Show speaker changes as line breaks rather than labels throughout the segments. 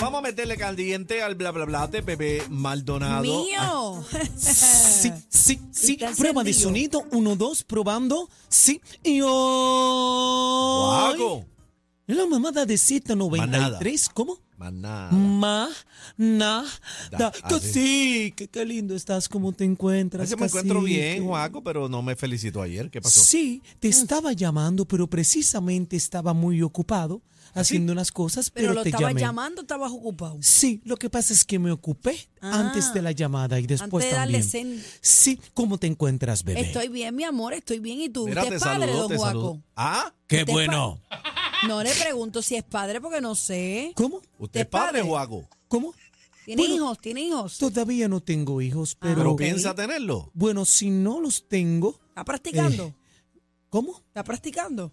Vamos a meterle caliente al bla bla bla de bebé Maldonado.
mío.
Sí, sí, sí.
Está
Prueba de
encendido.
sonido. Uno, dos, probando. Sí. Y hoy...
Guaco.
La mamada de Z93.
Manada.
¿Cómo?
Más nada.
Mm,
Ma, na,
Da,
da.
así.
Cacique, qué lindo estás, cómo te encuentras.
Parece que me encuentro
cacique?
bien, Ah. Juaco, pero no me felicitó ayer. ¿Qué pasó?
Sí, te estaba llamando, pero precisamente estaba muy ocupado
¿Ah,
haciendo unas cosas,
Pero
pero,
lo
te
estaba
llamé.
llamando, estabas ocupado.
Sí, lo que pasa es que me ocupé
Ah,
antes de la llamada y después
antes de darle
también.
zen.
Sí, ¿cómo te encuentras, bebé?
Estoy bien, mi amor, estoy bien. ¿Y tú?
Mira,
¿Usted
te
es padre,
saludó,
don
te
Juaco?
saludó. ¿Ah?
Qué
Usted es
bueno.
No le pregunto si es padre porque no sé.
¿Cómo?
¿Usted es
¿Usted es
padre,
padre?
Juaco?
¿Cómo?
¿Tiene
Bueno,
hijos? ¿Tiene hijos?
Todavía no tengo hijos, pero,
Ah, ¿Pero
ok.
piensa tenerlo?
bueno, si no los tengo,
¿Está practicando?
Eh. ¿cómo?
¿Está practicando?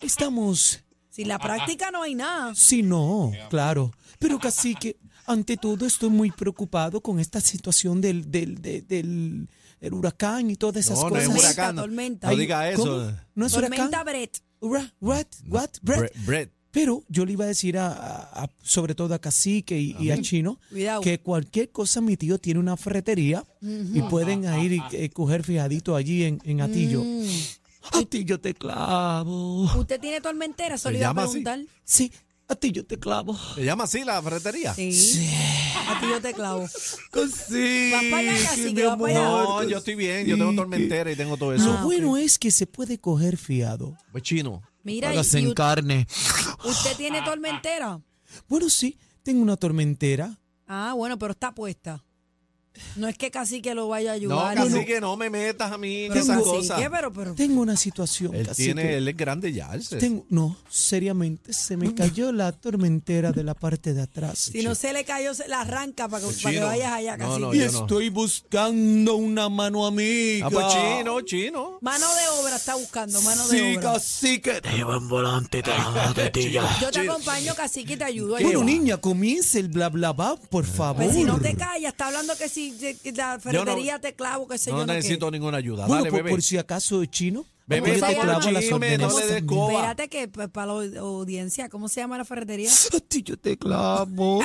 Estamos,
Sin la práctica no hay nada.
si no, claro, pero casi que ante todo estoy muy preocupado con esta situación del del, de- del- del huracán y todas esas
no, no
cosas.
es
Tormenta,
huracán. no.
tormenta.
No
Ay,
diga eso.
¿Cómo? ¿No es huracán?
Tormenta Brett.
Hurra- what? What? Brett.
Bre- Brett.
Pero yo le iba a decir a, a- a- sobre todo a Cacique y, y a Chino
Cuidado.
que cualquier cosa mi tío tiene una ferretería y pueden a ir y eh, coger fijadito allí en, en Atillo.
Mm.
Atillo te clavo.
¿Usted tiene tormentera? Eso
¿Se
le iba a
llama así?
preguntar.
Sí, Atillo te clavo.
¿Se llama así la ferretería? Pues
Sí. A ti yo te clavo.
Sí.
Va para allá, así que va para allá.
No, yo estoy bien. Yo tengo tormentera y tengo todo
Ah,
eso.
Lo bueno es que se puede coger fiado.
Pues chino.
Mira, y, y usted,
carne.
¿usted tiene tormentera?
Bueno, sí, tengo una tormentera.
Ah, bueno, pero está puesta. No es que casi que lo vaya a
No,
ayudar.
casi que no me metas a mí en
Pero
esas
cacique,
cosas.
pero, pero-
Tengo una situación.
Él
Cacique.
tiene, él es grande ya. él se- Ah,
Tengo- no, seriamente, se
Mm.
me cayó la tormentera de la parte de atrás.
si no se le cayó, se la arranca para que, para que
Chino.
vayas allá,
No,
casi.
no,
Y
yo
estoy buscando una mano amiga.
Ah, pues chino, chino.
Mano de obra está buscando, mano de
Sí,
obra.
así que.
Yo te acompaño, casi que te ayudo.
Bueno,
ayuda.
niña, comience el bla bla bla, por favor.
Pues si no te callas, está hablando que si de- que la ferretería te clavo, que sé
No
yo. qué. pues,
necesito ninguna ayuda.
Bueno,
Dale,
por,
bebé.
por si acaso chino.
Bebé,
porque yo te
no
clavo las
chisme, no
órdenes.
le des
también.
co- boba.
Espérate que pues, pa- para la audiencia, ¿cómo se llama la ferretería?
A ti yo te clavo.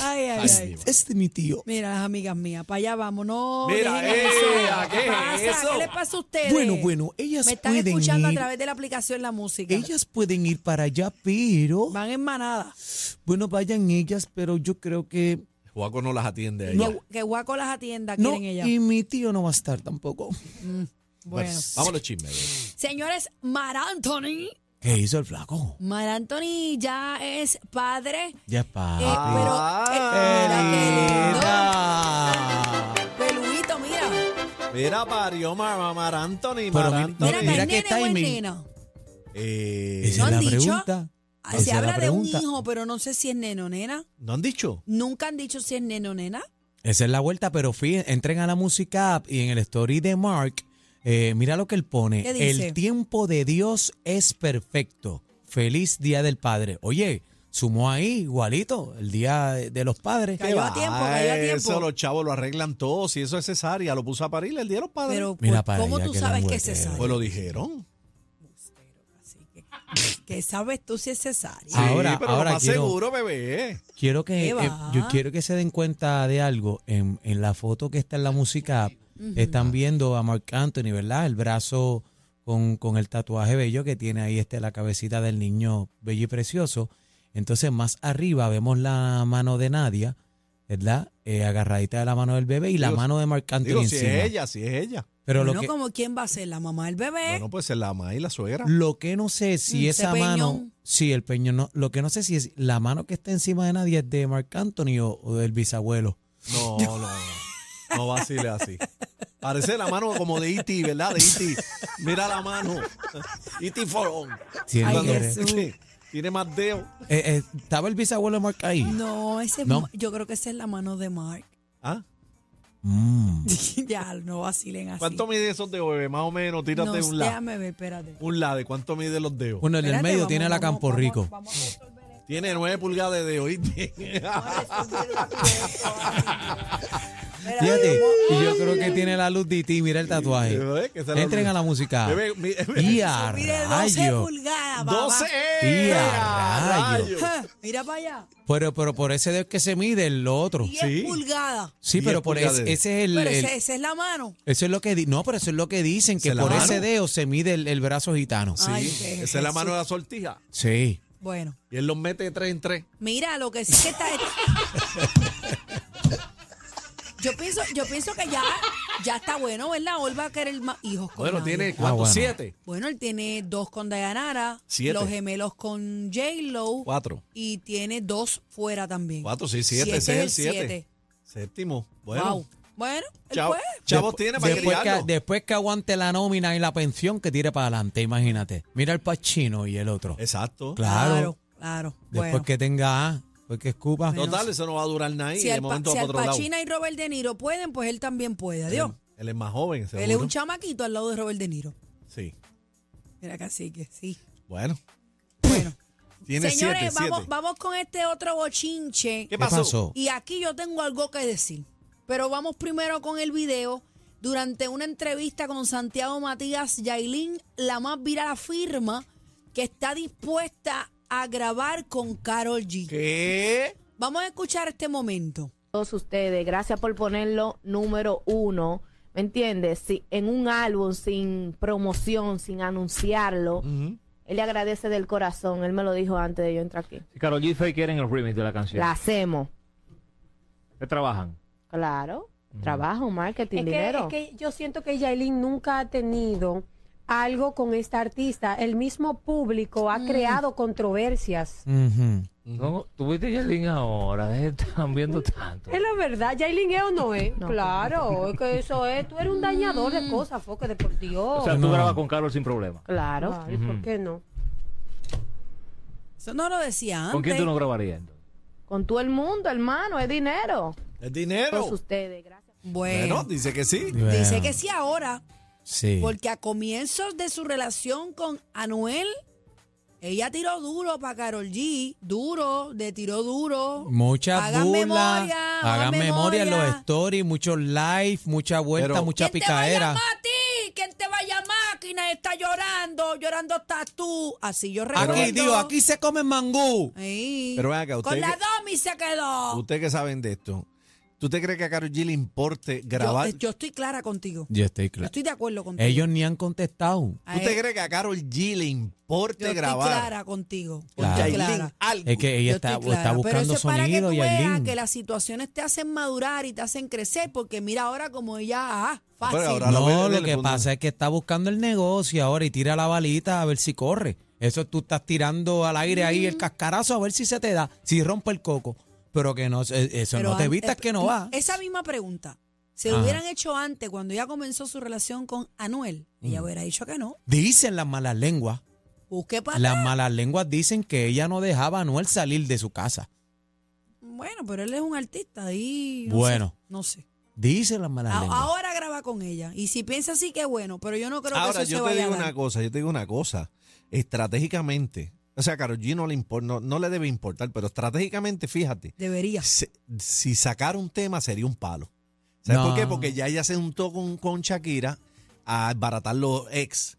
Ay, ay, ay.
Este es mi tío.
Mira, las amigas mías, para allá vamos. No,
Mira,
dejen eso.
ea, ¿qué es
pasa?
eso?
¿Qué les pasa a ustedes?
Bueno, bueno, ellas
Me están
pueden
escuchando a
ir.
través de la aplicación La Música.
Ellas pueden ir para allá, pero.
Van en manada.
Bueno, vayan ellas, pero yo creo que.
Juaco no las atiende a
Que-
ella.
Que Guaco las atienda,
No,
quieren ellas.
y pues, mi tío no va a estar tampoco.
Bueno.
ah.
Vamos a los chismes. bebé.
Señores, Mar Anthony.
¿Qué hizo el flaco?
Mar Anthony ya es padre. eh,
Ya está.
pero.
Ah,
Querida.
eh, mira qué lindo. Peludito, mira.
Mira, parió mamá Mar Anthony.
Pero
Mar
mi-
Anthony.
Mira,
Mira
que es
qué
nene o es
timing.
nena.
Eh,
Esa
¿No
es
han
la
dicho?
pregunta.
Ah, Se
Esa es la
habla de un
pregunta.
hijo, pero no sé si es neno o nena.
¿No han dicho?
Nunca han dicho si es neno o nena.
Esa es la vuelta, pero fíjense, entren a la música app y en el story de Mark, eh, mira lo que él pone.
¿Qué dice?
El tiempo de Dios es perfecto. Feliz Día del Padre. Oye, sumó ahí igualito el Día de de los Padres.
Cayó a
Ah,
tiempo, cayó a tiempo.
Eso los chavos lo arreglan todo. Si eso es cesárea, lo puso a parir, le dieron padre.
Pero,
Mira
pues,
para
¿cómo
allá
tú
que la
sabes que
mujer.
es cesárea?
pues lo dijeron.
Así que, ¿Qué sabes tú si es cesárea?
Ah, Ahora-
sí, pero
ahora
lo más
quiero-
seguro, bebé.
Quiero que
¿Qué
eh,
va?
yo quiero que se den cuenta de algo en, en la foto que está en la música app. Están viendo a Mark Anthony, ¿verdad? El brazo con, con el tatuaje bello que tiene ahí este la cabecita del niño bello y precioso. Entonces más arriba vemos la mano de Nadia ¿verdad? Eh, agarradita de la mano del bebé y la
Digo,
mano de Marc Anthony
Digo, si
encima.
es ella, si es ella.
Pero lo
Bueno,
que,
como quién va a ser la mamá del bebé.
Bueno, pues es la mamá y la suegra.
lo que no sé
Mm,
si
ese
esa mano,
peñón.
sí, el peñón, no, lo que no sé si es la mano que está encima de nadie es de Marc Anthony o, o del bisabuelo.
No, no, no. No vacile así. Parece la mano como de E.T., ¿verdad? De E.T. Mira la mano. E E.T. Forón.
Tiene
Ay,
que-
Jesús.
Sí, Tiene más dedos.
Eh, eh, ¿Estaba el bisabuelo de Marc ahí?
no, ese es
No.
Ma- yo creo que esa es la mano de Mark.
¿Ah?
Mm.
ya, no vacilen así.
¿Cuánto mide esos dedos, bebé? Más o menos,
no,
tírate un lado.
déjame ver, espérate.
Un lado, ¿de cuánto mide los dedos?
Bueno, el del
Espérate,
medio
vamos,
tiene la
vamos,
Campo
vamos,
Rico.
vamos a resolver esto.
Tiene nueve pulgadas de dedos. ¿oíste?
Ah, Espérate,
Fíjate,
vamos-
y yo creo que tiene la luz de ti, mira el tatuaje.
Bebé, que esa es la
Entren
luz.
a la música.
Bebé, mi-
Y a
Mire, 12
rayo.
pulgadas, papá.
12.
Y a
¡Ah, rayos!
rayos!
Ja, Mira para allá.
Pero, pero por ese dedo que se mide, el otro.
10
Sí.
pulgadas.
Sí,
Diez
pero por
pulgadas.
ese, ese es el,
Pero
el-
ese- esa es la mano.
eso es lo que di- no, pero eso es lo que dicen que
Se la
por
mano.
ese dedo se mide el, el brazo gitano. Sí.
Ay,
Sí,
qué
Esa es la mano
Jesús.
de la sortija.
Bueno,
Y él los mete de tres en tres.
mira, lo que sí que está. yo pienso, yo pienso que ya, ya está bueno, ¿verdad? Él va a querer más hijos con
Ah, Bueno,
nadie.
tiene cuatro,
bueno.
siete.
Bueno, él tiene dos con Dayanara,
Siete.
los gemelos con J-Lo
Cuatro.
y tiene dos fuera también.
Cuatro, sí, siete. ese
Siete es
es
el
el siete.
siete.
Séptimo. Bueno.
Wow. Bueno, él
Chavo,
puede.
chavos tiene para
después, que,
criarlo.
después que aguante la nómina y la pensión que tire para adelante, imagínate. Mira el Pachino y el otro.
Exacto.
Claro.
Claro, claro.
Después
Bueno.
que tenga A, después que escupa.
Bueno,
Total, eso no va a durar nada. y
si
de
Al, Pa-
momento
si
va
Al
para otro lado.
Pacino y Robert De Niro pueden, pues él también puede. Adiós.
Él es más joven, seguro.
él es un chamaquito al lado de Robert De Niro.
Sí.
Mira, cacique, sí.
Bueno.
Bueno.
Tiene
Señores,
siete,
vamos,
siete.
vamos con este otro bochinche.
¿Qué
¿Qué pasó?
pasó?
Y aquí yo tengo algo que decir. Pero vamos primero con el video. Durante una entrevista con Santiago Matías, Yailin, la más viral, afirma que está dispuesta a grabar con Carol G.
¿Qué?
Vamos a escuchar este momento.
todos ustedes. Gracias por ponerlo número uno. ¿Me entiendes? Si, en un álbum sin promoción, sin anunciarlo. Él le agradece del corazón. Él me lo dijo antes de yo entrar aquí.
Si Karol G y Faye quieren el remix de la canción.
La hacemos.
¿Qué trabajan?
Claro. Trabajo, marketing,
es que,
dinero.
es que yo siento que Yailin nunca ha tenido algo con esta artista. El mismo público ha creado controversias.
Ujú.
No, tuviste Yelin ahora, deje de estar viendo tanto.
Es la verdad, Yailin es o no es.
No,
claro, Mm. es que eso es. Tú eres un dañador de cosas, foque de por Dios.
O sea,
No.
tú grabas con Karol sin problema.
Claro.
Ay, ¿Por qué no?
Eso no lo decía antes.
¿Con quién tú no grabarías? entonces?
Con todo el mundo, hermano. Es dinero.
Es dinero.
Todos ustedes. Gracias.
Bueno,
Bueno,
dice que sí.
dice
Bueno,
que Pues sí ahora,
sí.
porque a comienzos de su relación con Anuel, ella tiró duro para Carol G, duro, de tiró duro.
Mucha
Hagan
burla,
memoria,
hagan memoria en los
memoria.
stories, muchos live, mucha vuelta,
Pero-
mucha
¿Quién te va a
picadera.
llamar a ti? ¿Quién te va a llamar? Que nadie está llorando, llorando estás tú. Así yo recuerdo.
Aquí, digo, aquí se come mangú.
Ahí.
Pero ven acá,
Con
usted
la
que-
Domi se quedó.
Ustedes que saben de esto. ¿Tú te crees que a Karol G le importe
Yo, eh,
grabar?
yo estoy clara contigo.
Yo estoy
Yo
claro.
estoy de acuerdo contigo.
Ellos ni han contestado.
A
¿Tú te
él-
crees que a Karol G le importe
eh. Yo estoy
grabar?
clara contigo.
Con
Claro.
Estoy
Yailin
clara.
algo.
Es que ella
Yo
está,
estoy clara,
está
pero eso
buscando
es para que
sonido,
tú veas
Yailin.
que las situaciones te hacen madurar y te hacen crecer, porque mira ahora como ella, ah, fácil.
Pero ahora- Lo
No,
veo
lo
desde
que
el punto-
pasa es que está buscando el negocio ahora y tira la balita a ver si corre. Eso tú estás tirando al aire ahí
Mm.
el cascarazo a ver si se te da, si rompe el coco. Pero que no, eh, eso
Pero
no te
an-
vistas
eh,
que no va.
Esa misma pregunta, se
Ajá.
hubieran hecho antes, cuando ella comenzó su relación con Anuel, ella
Mm.
hubiera dicho que no.
Dicen las malas lenguas.
Busque para
Las malas lenguas dicen que ella no dejaba a Anuel salir de su casa.
Bueno, pero él es un artista ahí. no
Bueno.
sé, no sé.
Dicen las malas
A-
lenguas.
ahora graba con ella. Y si piensa así, qué bueno. Pero yo no creo que
Ahora,
eso se
yo te
vaya
digo
a dar.
una cosa, yo te digo una cosa. Estratégicamente, o sea, a Karol G no le, impor- no, no le debe importar, pero estratégicamente, fíjate,
Debería.
se- si sacar un tema sería un palo. ¿Sabes
No.
por qué? Porque ya ella se juntó con, con Shakira a desbaratar los ex,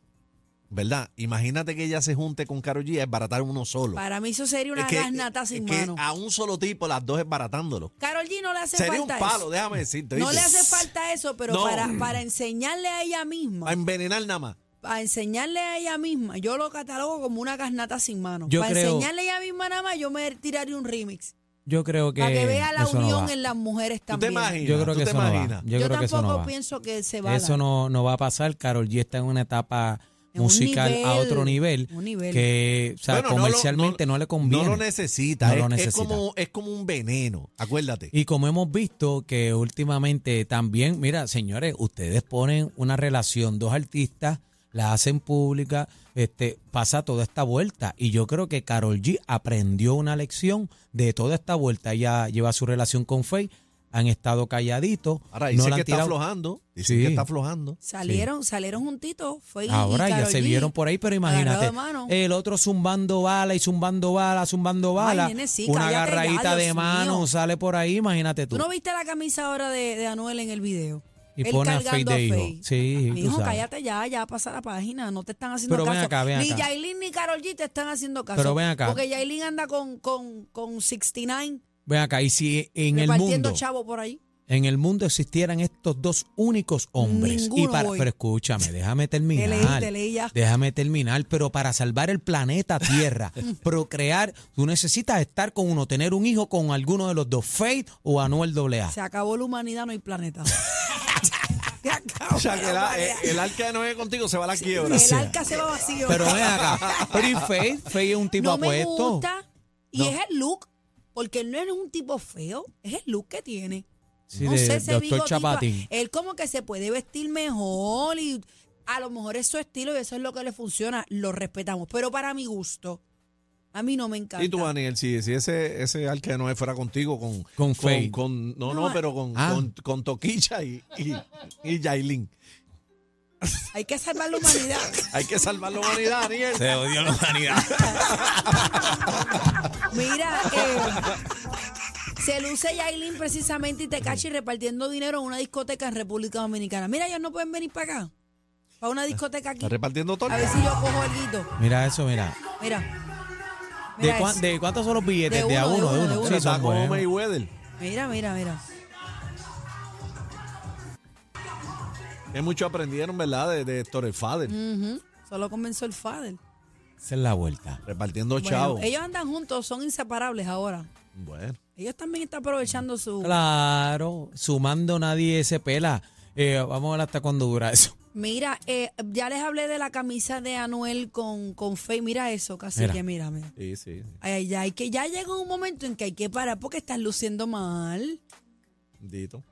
¿verdad? Imagínate que ella se junte con Karol G a desbaratar uno solo.
Para mí eso sería
Es
una
que-
gasnata
es
sin
que
mano.
a un solo tipo, las dos desbaratándolo.
Carol G no le hace
Sería un
falta
palo,
eso.
déjame decirte.
No
¿oíste?
le hace falta eso, pero
No.
para, para enseñarle a ella
Para
misma,
envenenar nada más.
para enseñarle a ella misma, yo lo catalogo como una gasnata sin mano.
Yo
para
creo-
enseñarle a ella misma nada más, yo me tiraría un remix.
Yo creo que.
para que vea la
eso no
unión
va.
en las mujeres
¿Tú te
también.
imaginas?
Yo creo
¿Tú
que
te
eso no va.
imaginas?
Yo, creo que eso
tampoco
no va.
pienso que se va. a
Eso
dar.
no, no va a pasar. Carol G está en una etapa
En un
musical a
nivel,
otro nivel,
un nivel.
que o sea,
Bueno, no lo-
comercialmente no, le conviene.
No lo necesita.
No
es,
lo
es
necesita.
como, es como un veneno, acuérdate.
Y como hemos visto que últimamente también, mira, señores, ustedes ponen una relación, dos artistas, la hacen pública, este, pasa toda esta vuelta. Y yo creo que Carol G aprendió una lección de toda esta vuelta. Ella lleva su relación con Faye, han estado calladitos.
Ahora
no
dicen
la han
que está
tirado.
aflojando. Dicen
Sí.
que está aflojando.
Salieron, salieron juntitos. Fue y- y
Ahora ya
Karol
se
G.
vieron por ahí, pero
Agarrado
imagínate. eh,
de mano.
El otro zumbando bala y zumbando bala, zumbando bala.
nene, sí,
una
cállate ya,
agarradita de
Dios
mano
mío.
sale por ahí, imagínate tú.
¿Tú no viste la camisa ahora de, de Anuel en el video?
y
Él
pone a Faye
cargando
de hijo.
Faye.
Sí,
Mi
tú
hijo,
sabes.
cállate ya, ya pasa la página, no te están haciendo
Pero ven
caso.
acá, ven
ni
acá.
Yailin ni Carol G te están haciendo caso.
Pero ven acá.
Porque Yailin anda con, con, con 69
Ven acá, y si en el
repartiendo
mundo,
chavo por ahí.
en el mundo existieran estos dos únicos hombres, y
Ninguno
para,
voy.
pero escúchame, déjame
Te
terminar.
leí, te leí ya.
Déjame terminar, pero para salvar el planeta Tierra,
Mm.
procrear, tú necesitas estar con uno, tener un hijo con alguno de los dos, Faith o Anuel AA.
Se acabó la humanidad, no hay planeta. Se acabó
O sea, que
la
la- eh,
humanidad.
el, el arca de Noé contigo se va a la quiebra.
el arca se va vacío.
Pero ven acá, pero y Faith, Faith es un tipo
no me
apuesto.
gusta. Y
No.
es el look, porque él no es un tipo feo, es el look que tiene.
Sí,
no
de
sé, ese
Doctor
bigotito,
Chapatín.
Él como que se puede vestir mejor y a lo mejor es su estilo y eso es lo que le funciona. Lo respetamos. Pero para mi gusto, a mí no me encanta.
Y tú, Daniel, si, si ese, ese arca de Noé fuera contigo con.
Con Faye.
con- no, no,
No,
pero con,
ah.
con, con Toquicha y, y, y Yailin.
Hay que salvar la humanidad.
Hay que salvar la humanidad, Daniel.
Se odió la humanidad.
Mira, eh, se luce Yailin precisamente y Tecachi repartiendo dinero en una discoteca en República Dominicana. Mira, ellos no pueden venir para acá. Para una discoteca aquí.
Está repartiendo todo.
A ver si yo cojo algo.
Mira eso, mira.
Mira.
¿De,
Mira,
cuán-
eso.
de cuántos son los billetes?
De
De, a
uno, de
uno, de
uno,
uno.
de uno.
Sí,
está
son
como
buenos.
Mayweather.
mira, mira, mira.
Es mucho aprendieron, ¿verdad? De, de Héctor el Fader.
Ujú. Solo comenzó el Fader.
Esa es la vuelta.
Repartiendo
Bueno,
chavos.
ellos andan juntos, son inseparables ahora.
Bueno.
Ellos también están aprovechando su.
Claro, sumando nadie se pela. Eh, vamos a ver hasta cuándo dura eso.
Mira, eh, ya les hablé de la camisa de Anuel con, con Faye. Mira eso, casi
Mira.
que mira, mira.
Sí, sí. sí.
Ay, ay, ay, que ya llega un momento en que hay que parar porque estás luciendo mal.
Dito.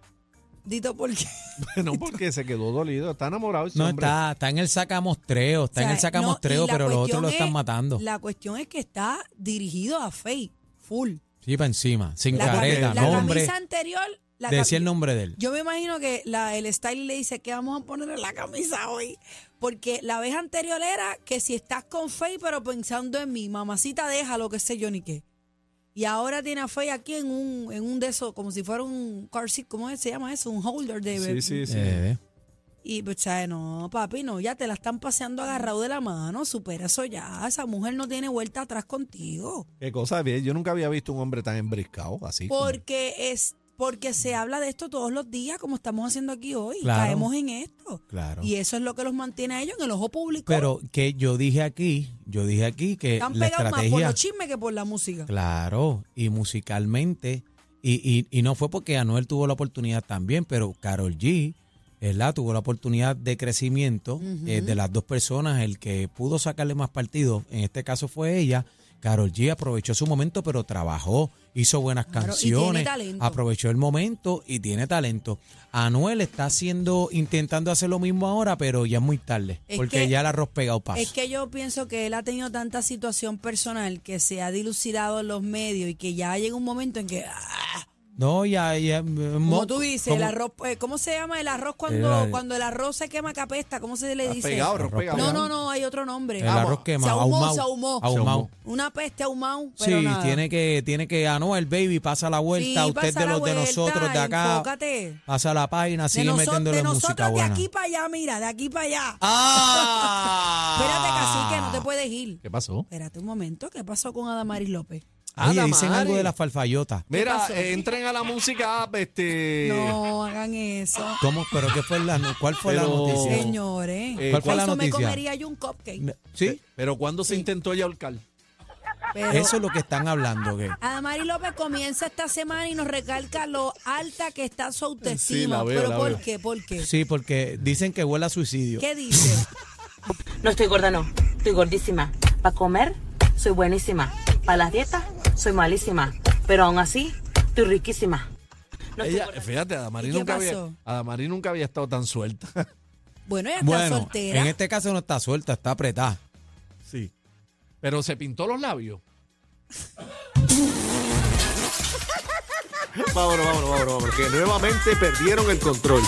Dito, porque.
Bueno, porque se quedó dolido. Está enamorado. ese
No
hombre.
está, está en el sacamostreo, está en el sacamostreo, pero los otros lo están matando.
La cuestión es que está dirigido a Faye, full.
Sí, para encima, sin
La,
careta,
la
nombre.
camisa anterior. La
Decía
cami-
el nombre de él.
Yo me imagino que la, el style le dice que vamos a ponerle la camisa hoy. Porque la vez anterior era que si estás con Faye, pero pensando en mí, mamacita, deja lo que sé yo ni qué. Y ahora tiene a Faye aquí en un, en un de esos, como si fuera un car seat, ¿cómo es? se llama eso? Un holder de
Sí, sí, sí.
Eh,
Y, pues, ¿sabes? no, papi, no, ya te la están paseando agarrado de la mano, supera eso ya. Esa mujer no tiene vuelta atrás contigo.
Qué cosa bien. Yo nunca había visto un hombre tan embriscado así. como-
Porque es porque se habla de esto todos los días, como estamos haciendo aquí hoy.
Claro.
Caemos en esto.
claro.
Y eso es lo que los mantiene a ellos en el ojo público.
Pero que yo dije aquí, yo dije aquí que
Están
la
pegados más por
estrategia.
los chismes que por la música.
Claro, y musicalmente. Y, y, y no fue porque Anuel tuvo la oportunidad también, pero Carol G, ¿verdad? Tuvo la oportunidad de crecimiento eh, de las dos personas. El que pudo sacarle más partido, en este caso fue ella. Carol G aprovechó su momento, pero trabajó, hizo buenas
Claro, y tiene
canciones,
talento.
aprovechó el momento y tiene talento. Anuel está haciendo, intentando hacer lo mismo ahora, pero ya es muy tarde,
Es
porque
que-
ya el arroz pegado pasa.
Es que yo pienso que él ha tenido tanta situación personal que se ha dilucidado en los medios y que ya llega un momento en que, ah,
no, ya, ya. mm,
como tú dices, el arroz, eh, ¿cómo se llama el arroz cuando,
El-
cuando el arroz se quema capesta? ¿Cómo se le
Está
dice?
pegado, arroz
No,
pegado.
No, no, no, hay otro nombre.
El
Vamos.
arroz quema,
Se ahumó,
ahumado,
se ahumó.
ahumado.
Una peste ahumado, pero
Sí,
nada.
tiene que, tiene que, ah, no, el baby pasa la vuelta,
Sí,
usted
pasa
de
la
los de
vuelta,
nosotros de acá,
enfócate.
pasa la página,
De,
sigue
noso-
metiéndole
de
música
nosotros de
buena.
aquí para allá, mira, de aquí para allá.
¡Ah!
Espérate, cacique, no te puedes ir.
¿Qué pasó?
Espérate un momento, ¿qué pasó con Adamaris López?
Oye,
Ada
dicen
Mari.
algo de las farfallotas.
Mira,
pasó?
eh, entren a la música app, este.
No hagan eso.
¿Cómo? ¿Pero qué fue la, no- cuál fue la
Pero-
noticia?
Señores,
Eh, ¿Cuál fue
Ay,
la
eso me
noticia?
comería yo un cupcake.
¿Sí?
Pero ¿cuándo se intentó ya ahorcar?
Pero
Eso es lo que están hablando. que
Adamari López comienza esta semana y nos recalca lo alta que está su autoestima.
Sí, la veo,
¿Pero
la
por
veo.
qué? ¿Por qué?
Sí, porque dicen que huele a suicidio.
¿Qué dice?
No estoy gorda, no. Estoy gordísima. Para comer, soy buenísima. Para las dietas, soy malísima. Pero aún así, estoy riquísima. No estoy
Ella,
gorda.
fíjate, Adamari
¿Y qué
nunca, había,
pasó?
Adamari nunca había estado tan suelta.
Bueno, ella está
Bueno,
soltera.
en este caso no está suelta, está apretada.
Sí. Pero se pintó los labios.
Vámonos, vámonos, vámonos, vámonos, que nuevamente perdieron el control.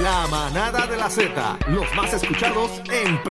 La manada de la Z, los más escuchados en